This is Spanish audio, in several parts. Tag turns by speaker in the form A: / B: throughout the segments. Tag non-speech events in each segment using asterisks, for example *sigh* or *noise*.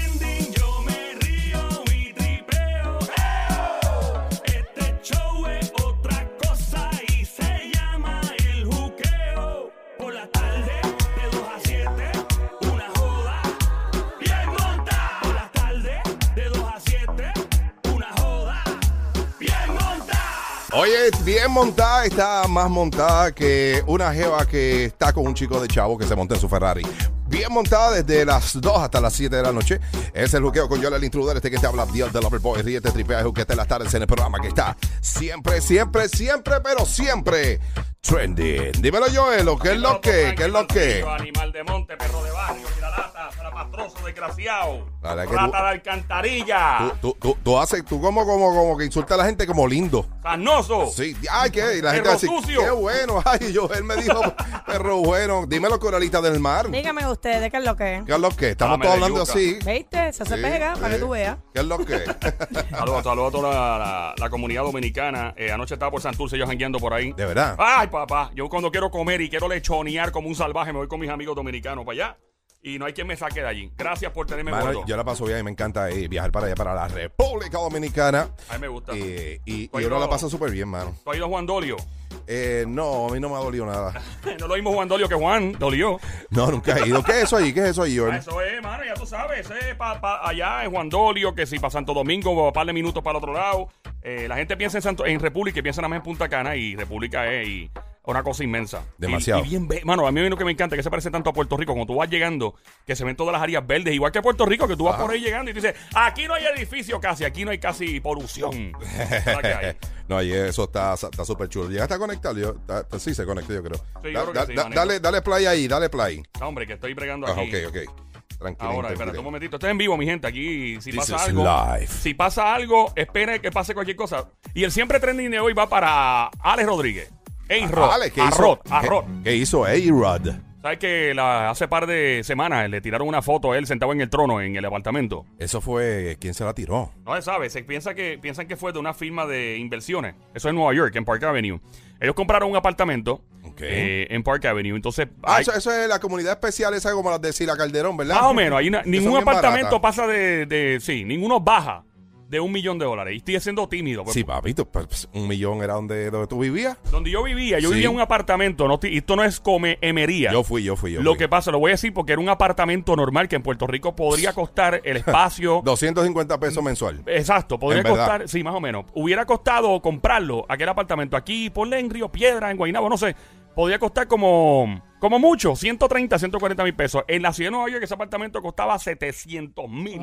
A: Este
B: Oye, bien montada, está más montada que una jeva que está con un chico de chavo que se monta en su Ferrari. Bien montada desde las 2 hasta las 7 de la noche. Es el juqueo con Yola el Intruder, este que te habla, Dios de Loverboy. Ríete, tripea, juquete las tardes en el programa que está siempre, siempre, siempre, pero siempre trending. Dímelo, Joel, ¿lo ¿qué es lo que? ¿Qué es lo que?
A: Animal de monte, perro de barrio, lata, zarapastroso, desgraciado.
B: La verdad que tú-
A: Rata de alcantarilla.
B: Tú, tú, tú, tú haces, tú como, como, como que insulta a la gente como lindo.
A: Sanoso.
B: Sí, ay, qué, y la gente
A: Perro
B: va a decir,
A: sucio.
B: qué bueno, *laughs* ay, yo, él me dijo, perro bueno, dímelo, coralita del mar.
C: Dígame ustedes qué es lo que es.
B: ¿Qué es lo que? Estamos
A: Dame
B: todos
A: la
B: hablando
A: yuca.
B: así.
C: ¿Viste? Se hace
B: Sí,
C: pega para
B: sí.
C: que tú veas.
B: ¿Qué es lo
A: *laughs*
B: que?
A: Saludos saludos a toda la, la- la comunidad dominicana. Eh, anoche estaba por Santurce yo jangueando por ahí.
B: De verdad.
A: Ay, papá. Yo cuando quiero comer y quiero lechonear como un salvaje, me voy con mis amigos dominicanos para allá. Y no hay quien me saque de allí. Gracias por tenerme
B: Mano,
A: gordo.
B: yo la paso bien, me encanta eh, viajar para allá, para la República Dominicana.
A: A mí me gusta.
B: Eh, y, y
A: Oye,
B: uno
A: no.
B: la pasa súper bien, mano.
A: ¿Tú has ido a Juan Dolio? *laughs*
B: Eh, no, a mí no me ha dolido nada. *laughs*
A: no lo mismo Juan Dolio que Juan Dolio.
B: No, nunca he ido. ¿Qué es eso ahí? ¿Qué es eso ahí,
A: Ah,
B: Joel?
A: Eso es, mano, ya tú sabes. eh, pa- pa- allá en Juan Dolio, que si para Santo Domingo, un par de minutos para el otro lado. Eh, la gente piensa en, Santo, en República y piensa nada más en Punta Cana y República es y una cosa inmensa. Y-
B: Demasiado.
A: Y, bien, ve- mano, a mí lo que me encanta es que se parece tanto a Puerto Rico. Cuando tú vas llegando, que se ven todas las áreas verdes, igual que Puerto Rico, que tú vas por ahí llegando y tú dices, aquí no hay edificio casi, aquí no hay casi
B: *laughs*
A: polución. La que hay.
B: No, y eso está está súper chulo. ¿Llegaste a conectar? Yo, está- está- sí, se conectó, yo creo.
A: Sí, yo
B: Da-
A: creo que
B: da-
A: sí,
B: da-
A: manito.
B: dale, dale play ahí, dale play.
A: No, hombre, que estoy bregando
B: Ah,
A: aquí.
B: ok, ok. Tranquilo.
A: Ahora, espérate un momentito. Esto es en vivo, mi gente. Aquí, si
B: This
A: pasa
B: is
A: algo.
B: live.
A: Si pasa algo, espere que pase cualquier cosa. Y el siempre trending de hoy va para Alex Rodríguez. Ey, Rod.
B: Vale, Ah, ¿qué
A: a
B: hizo?
A: Rod, a
B: ¿Qué-
A: Rod.
B: ¿Qué hizo A-Rod?
A: ¿Sabes que la- hace par de semanas le tiraron una foto a él sentado en el trono en el apartamento?
B: Eso fue quien se la tiró.
A: No se sabe, se piensa que, piensan que fue de una firma de inversiones. Eso es en Nueva York, en Park Avenue. Ellos compraron un apartamento
B: Ok.
A: eh, en Park Avenue. Entonces,
B: Ah,
A: hay-
B: eso, eso es la comunidad especial, esa como las de Sila Calderón, ¿verdad? *laughs*
A: Más o menos. Hay una-
B: Que son
A: ningún
B: bien
A: apartamento
B: baratas.
A: pasa de, de- Sí, ninguno baja de un millón de dólares. Y estoy siendo tímido. pues,
B: Sí, papito, pues, pues, un millón era donde, donde tú vivías.
A: Donde yo vivía, yo
B: Sí.
A: vivía en un apartamento. No, estoy- esto no es come emería.
B: Yo fui, yo fui, yo
A: lo
B: fui.
A: que pasa, lo voy a decir porque era un apartamento normal que en Puerto Rico podría costar
B: *laughs*
A: el espacio.
B: 250 pesos mensual.
A: Exacto, podría
B: En verdad.
A: costar, sí, más o menos. Hubiera costado comprarlo, aquel apartamento aquí, ponle en Río Piedra, en Guaynabo, no sé. Podría costar como, como mucho, 130, 140 mil pesos. En la ciudad de Nueva York ese apartamento costaba 700 mil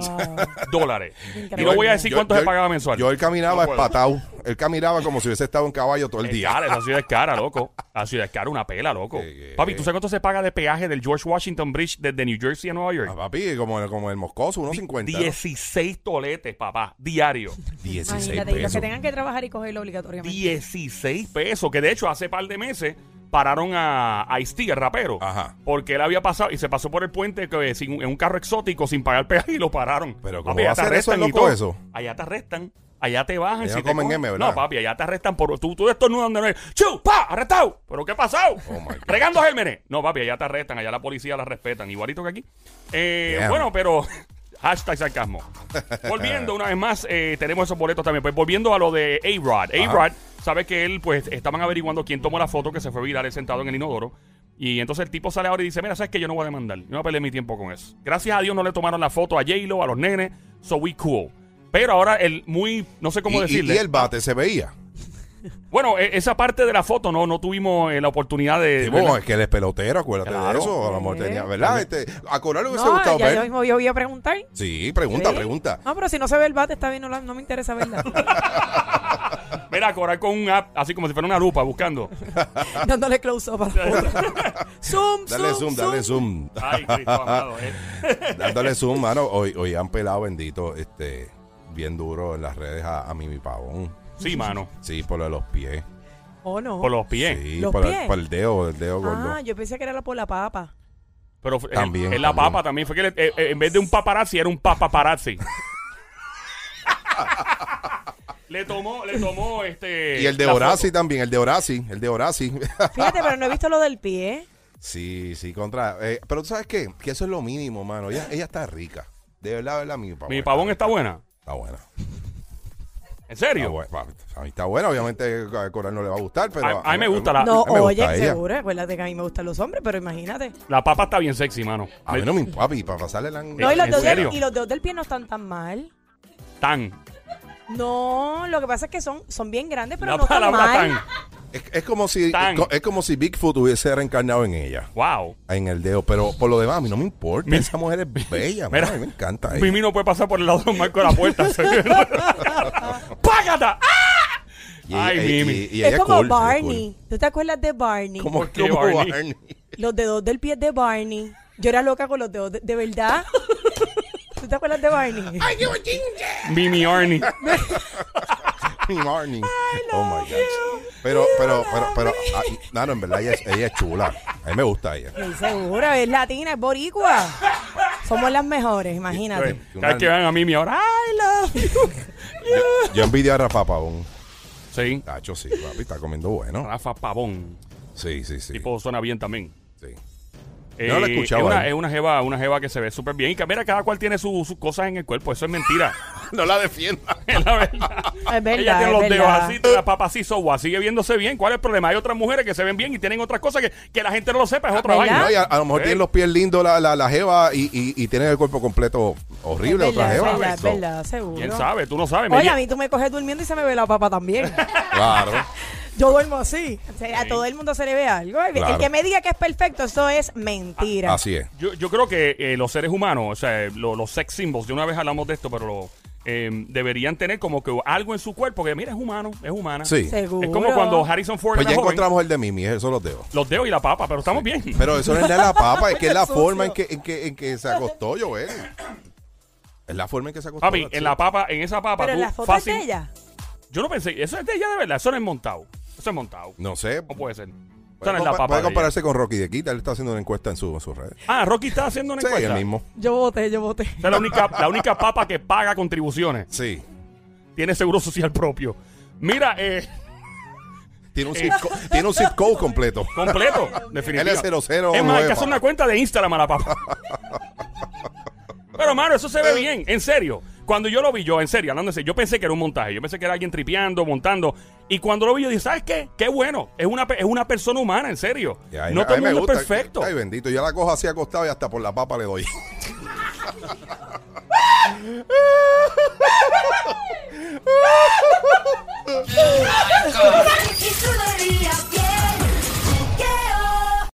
A: dólares. y no voy a decir
B: Yo-
A: cuánto
B: yo-
A: se pagaba mensual.
B: Yo él
A: No
B: caminaba
A: puedo.
B: espatado. Él caminaba como si hubiese estado en caballo todo el
A: Es
B: día.
A: cara, esa ciudad es cara, loco. La ciudad es cara, una pela, loco.
B: Eh, eh,
A: Papi,
B: eh.
A: ¿tú sabes cuánto se paga de peaje del George Washington Bridge desde New Jersey a Nueva
B: Ah,
A: York?
B: papi, como, el- como el moscoso, unos 50. ¿no?
A: 16 toletes, papá, diario.
B: 16
C: Imagínate, y los
B: pesos.
C: que tengan que trabajar y cogerlo obligatoriamente.
A: 16 pesos, que de hecho hace par de meses pararon a, a Ice-T, el rapero.
B: Ajá.
A: Porque él había pasado y se pasó por el puente que, sin, en un carro exótico sin pagar peaje y lo pararon.
B: Pero ¿cómo
A: Papi,
B: va
A: allá
B: a
A: te
B: hacer eso el
A: arrestan y
B: loco
A: todo.
B: eso?
A: Allá te arrestan. Allá te bajan.
B: Allá
A: si te
B: comen
A: cogen-
B: M, ¿verdad?
A: No, papi, allá te arrestan por... Tú, tú destornudas donde no es. ¡Chu! ¡Pa! ¡Arrestado! ¿Pero qué ha pasado?
B: Oh, my God.
A: Regando gérmenes. No, papi, allá te arrestan. Allá la policía la respetan. Igualito que aquí. Eh,
B: Damn.
A: bueno, pero... *laughs* Hashtag sarcasmo. Volviendo una vez más, eh, tenemos esos boletos también. Pues volviendo a lo de A-Rod. A-Rod, sabes que él, pues, estaban averiguando quién tomó la foto que se fue viral él sentado en el inodoro. Y entonces el tipo sale ahora y dice, mira, sabes que yo no voy a demandar. Yo no peleé mi tiempo con eso. Gracias a Dios no le tomaron la foto a J-Lo, a los nenes. So we cool. Pero ahora el muy, no sé cómo
B: Y- y-
A: decirle.
B: Y, el bate se veía.
A: Bueno, e- esa parte de la foto no, no tuvimos eh, la oportunidad de... de-
B: Sí, bueno, es que él es pelotero, acuérdate de
A: Claro.
B: eso. A lo mejor
C: Sí.
B: tenía, ¿verdad? Este, a Coral le hubiese
C: No,
B: gustado
C: ya yo
B: ver.
C: mismo yo voy a preguntar.
B: Sí, pregunta,
C: Sí.
B: pregunta.
C: No, pero si no se ve el bate, está bien, no, la- no me
B: *laughs*
C: interesa verla. *laughs*
A: Mira, cobrar con un app, así como si fuera una lupa, buscando.
C: Dándole close up a la foto. zoom,
B: Dale zoom, dale zoom.
A: Ay, Cristo amado, eh.
C: *laughs*
B: Dándole zoom, mano. Hoy, hoy han pelado, bendito, este, bien duro en las redes a, a Mimi Pavón.
A: Sí, mano.
B: Sí, por lo de los pies.
C: Oh, no.
A: Por los pies.
B: Sí,
C: ¿Los
B: por, el-
C: pies?
B: por el dedo, el dedo gordo.
C: ah, yo pensé que era la- por la papa.
A: Pero fue-
B: También,
A: en, en la
B: también.
A: papa también. Fue que le- eh, eh, en vez de un paparazzi era un
B: *laughs*
A: papaparazzi. le tomó, le tomó este.
B: Y el de
A: la
B: Horaci
A: foto.
B: también, el de Horaci, el de Horaci. *laughs*
C: Fíjate, pero no he visto lo del pie.
B: sí, sí, contra. eh, pero tú sabes qué, que eso es lo mínimo, mano. Ella, ella está rica. De verdad, de verdad, mi pavón.
A: Mi pavón está buena.
B: Está buena.
A: ¿En
B: Está
A: serio?
B: buena. papi, A mí pues, está buena, obviamente a Coral no le va a gustar, pero...
A: A- a mí me gusta la- Ah,
C: No,
B: a mí me
C: oye,
B: gusta ella.
C: seguro. Acuérdate que a mí me gustan los hombres, pero imagínate.
A: La papa está bien sexy, mano.
B: A mí no me papi, para pasarle la...
C: No, y los,
A: ¿En
C: dedos
A: serio?
C: del, y los dedos del pie no están tan mal.
A: Tan.
C: No, lo que pasa es que son, son bien grandes, pero
A: La
C: no tan
A: palabra
C: mal.
A: tan.
B: Es, es como si,
A: Tan.
B: es como si Bigfoot hubiese reencarnado en ella,
A: Wow.
B: en el dedo, pero por lo demás a mí no me importa.
A: Mira.
B: Esa mujer es
A: Mira.
B: bella, mano, a mí me encanta. ella.
A: Mimi no puede pasar por el lado del marco de la puerta.
B: *laughs*
A: ¡Págata! ¡Ah!
B: Y ella-
A: Ay,
B: y-
A: Mimi.
B: y- y ella
C: Es como
B: cool, ella
C: Barney.
B: cool.
C: ¿Tú te acuerdas de Barney?
B: Como,
A: ¿Por qué
B: como
A: Barney?
B: *laughs* Barney.
C: Los dedos del pie de Barney. Yo era loca con los dedos. ¿De, de verdad?
A: *laughs*
C: ¿Tú te acuerdas de Barney?
A: Mimi Arnie.
B: Mi Barney. Oh my God. Pero, pero, pero, pero, ay, no, no, en verdad ella es, ella es chula. A mí me gusta ella.
C: Sí, seguro, es latina, es boricua. Somos las mejores, imagínate.
A: Cada vez que vean a Mimi ahora. ¡Ay, love you!
B: Yo, yo envidio a Rafa Pavón.
A: Sí.
B: Tacho, sí, papi, está comiendo bueno.
A: Rafa Pavón.
B: Sí, sí, sí.
A: Tipo, suena bien también. *laughs*
B: sí.
A: Eh,
B: No la he
A: es,
B: escuchado,
A: una,
B: ¿vale?
A: es una jeva, una jeva que se ve súper bien. Y que mira, cada cual tiene su- sus cosas en el cuerpo. Eso es mentira.
B: No la defienda.
A: es la verdad.
C: Es *laughs* verdad,
A: Ella tiene
C: es
A: los dedos
C: verdad.
A: así, la papa así, sowa, sigue viéndose bien. ¿Cuál es el problema? Hay otras mujeres que se ven bien y tienen otras cosas que, que la gente no lo sepa, es otra
C: ¿Verdad?
A: vaina.
B: No, y a, a lo mejor
A: Sí.
B: tienen los pies lindos la, la, la jeva y, y, y tienen el cuerpo completo horrible,
C: es
B: otra
C: verdad, es
B: jeva.
C: verdad, es
B: So,
C: verdad, seguro.
A: ¿Quién sabe? Tú no sabes.
C: Oye,
A: Meli.
C: a mí tú me coges durmiendo y se me ve la
A: *laughs*
C: papa también.
B: Claro.
C: Yo duermo así. O sea, a todo el mundo se le ve algo. El-
B: Claro.
C: El que me diga que es perfecto, eso es
A: Ah,
C: mentira.
B: Así es.
A: Yo, yo creo que eh, los seres humanos, o sea, eh, lo- los sex symbols, de una vez hablamos de esto, pero lo, eh, deberían tener como que algo en su cuerpo que, mira, es humano, es humana.
B: Sí.
C: Seguro.
A: Es como cuando Harrison Ford
B: Pues ya
A: era joven,
B: encontramos el de Mimi, eso los dejo.
A: los dedos y la papa, pero estamos bien.
B: Pero eso no es de la papa, es que es la
C: Qué *laughs* sucio.
B: forma en que, en que, en que se acostó, Joel. Es la forma en que se acostó.
A: Papi, en la papa, en esa papa,
C: Pero
A: tú
C: las fotos
A: fácil.
C: de ella.
A: Yo no pensé, eso es de ella de verdad, eso no es montado. Eso es montado.
B: No sé.
A: No puede ser. Eso no
B: Puede,
A: es la
B: compa-
A: papa. de
B: puede
A: ella.
B: compararse con Rocky de Quita, él está haciendo una encuesta en, su, en sus redes.
A: Ah, Rocky está haciendo una
B: Sí,
A: encuesta.
B: el mismo.
C: Yo voté, yo voté.
A: Esa es la única, la única papa que paga contribuciones.
B: Sí.
A: Tiene seguro social propio. Mira, eh,
B: Tiene un, zip co- tiene un zip code completo. *laughs*
A: completo, definitivo.
B: L009,
A: Es más, hay que hacer
B: papá.
A: una cuenta de Instagram a la papa. Pero, mano, eso se
B: Eh.
A: ve bien, en serio. Cuando yo lo vi, yo, en serio, hablando en serio, yo pensé que era un montaje. Yo pensé que era alguien tripeando, montando. Y cuando lo vi, yo dije, ¿sabes qué? Qué bueno. Es una, pe- es una persona humana, en serio.
B: Y ahí-
A: no todo
B: ahí
A: el
B: me
A: mundo es
B: gusta.
A: perfecto.
B: Ay, bendito. Yo la cojo así acostado y hasta por la papa le doy.
D: Chulería,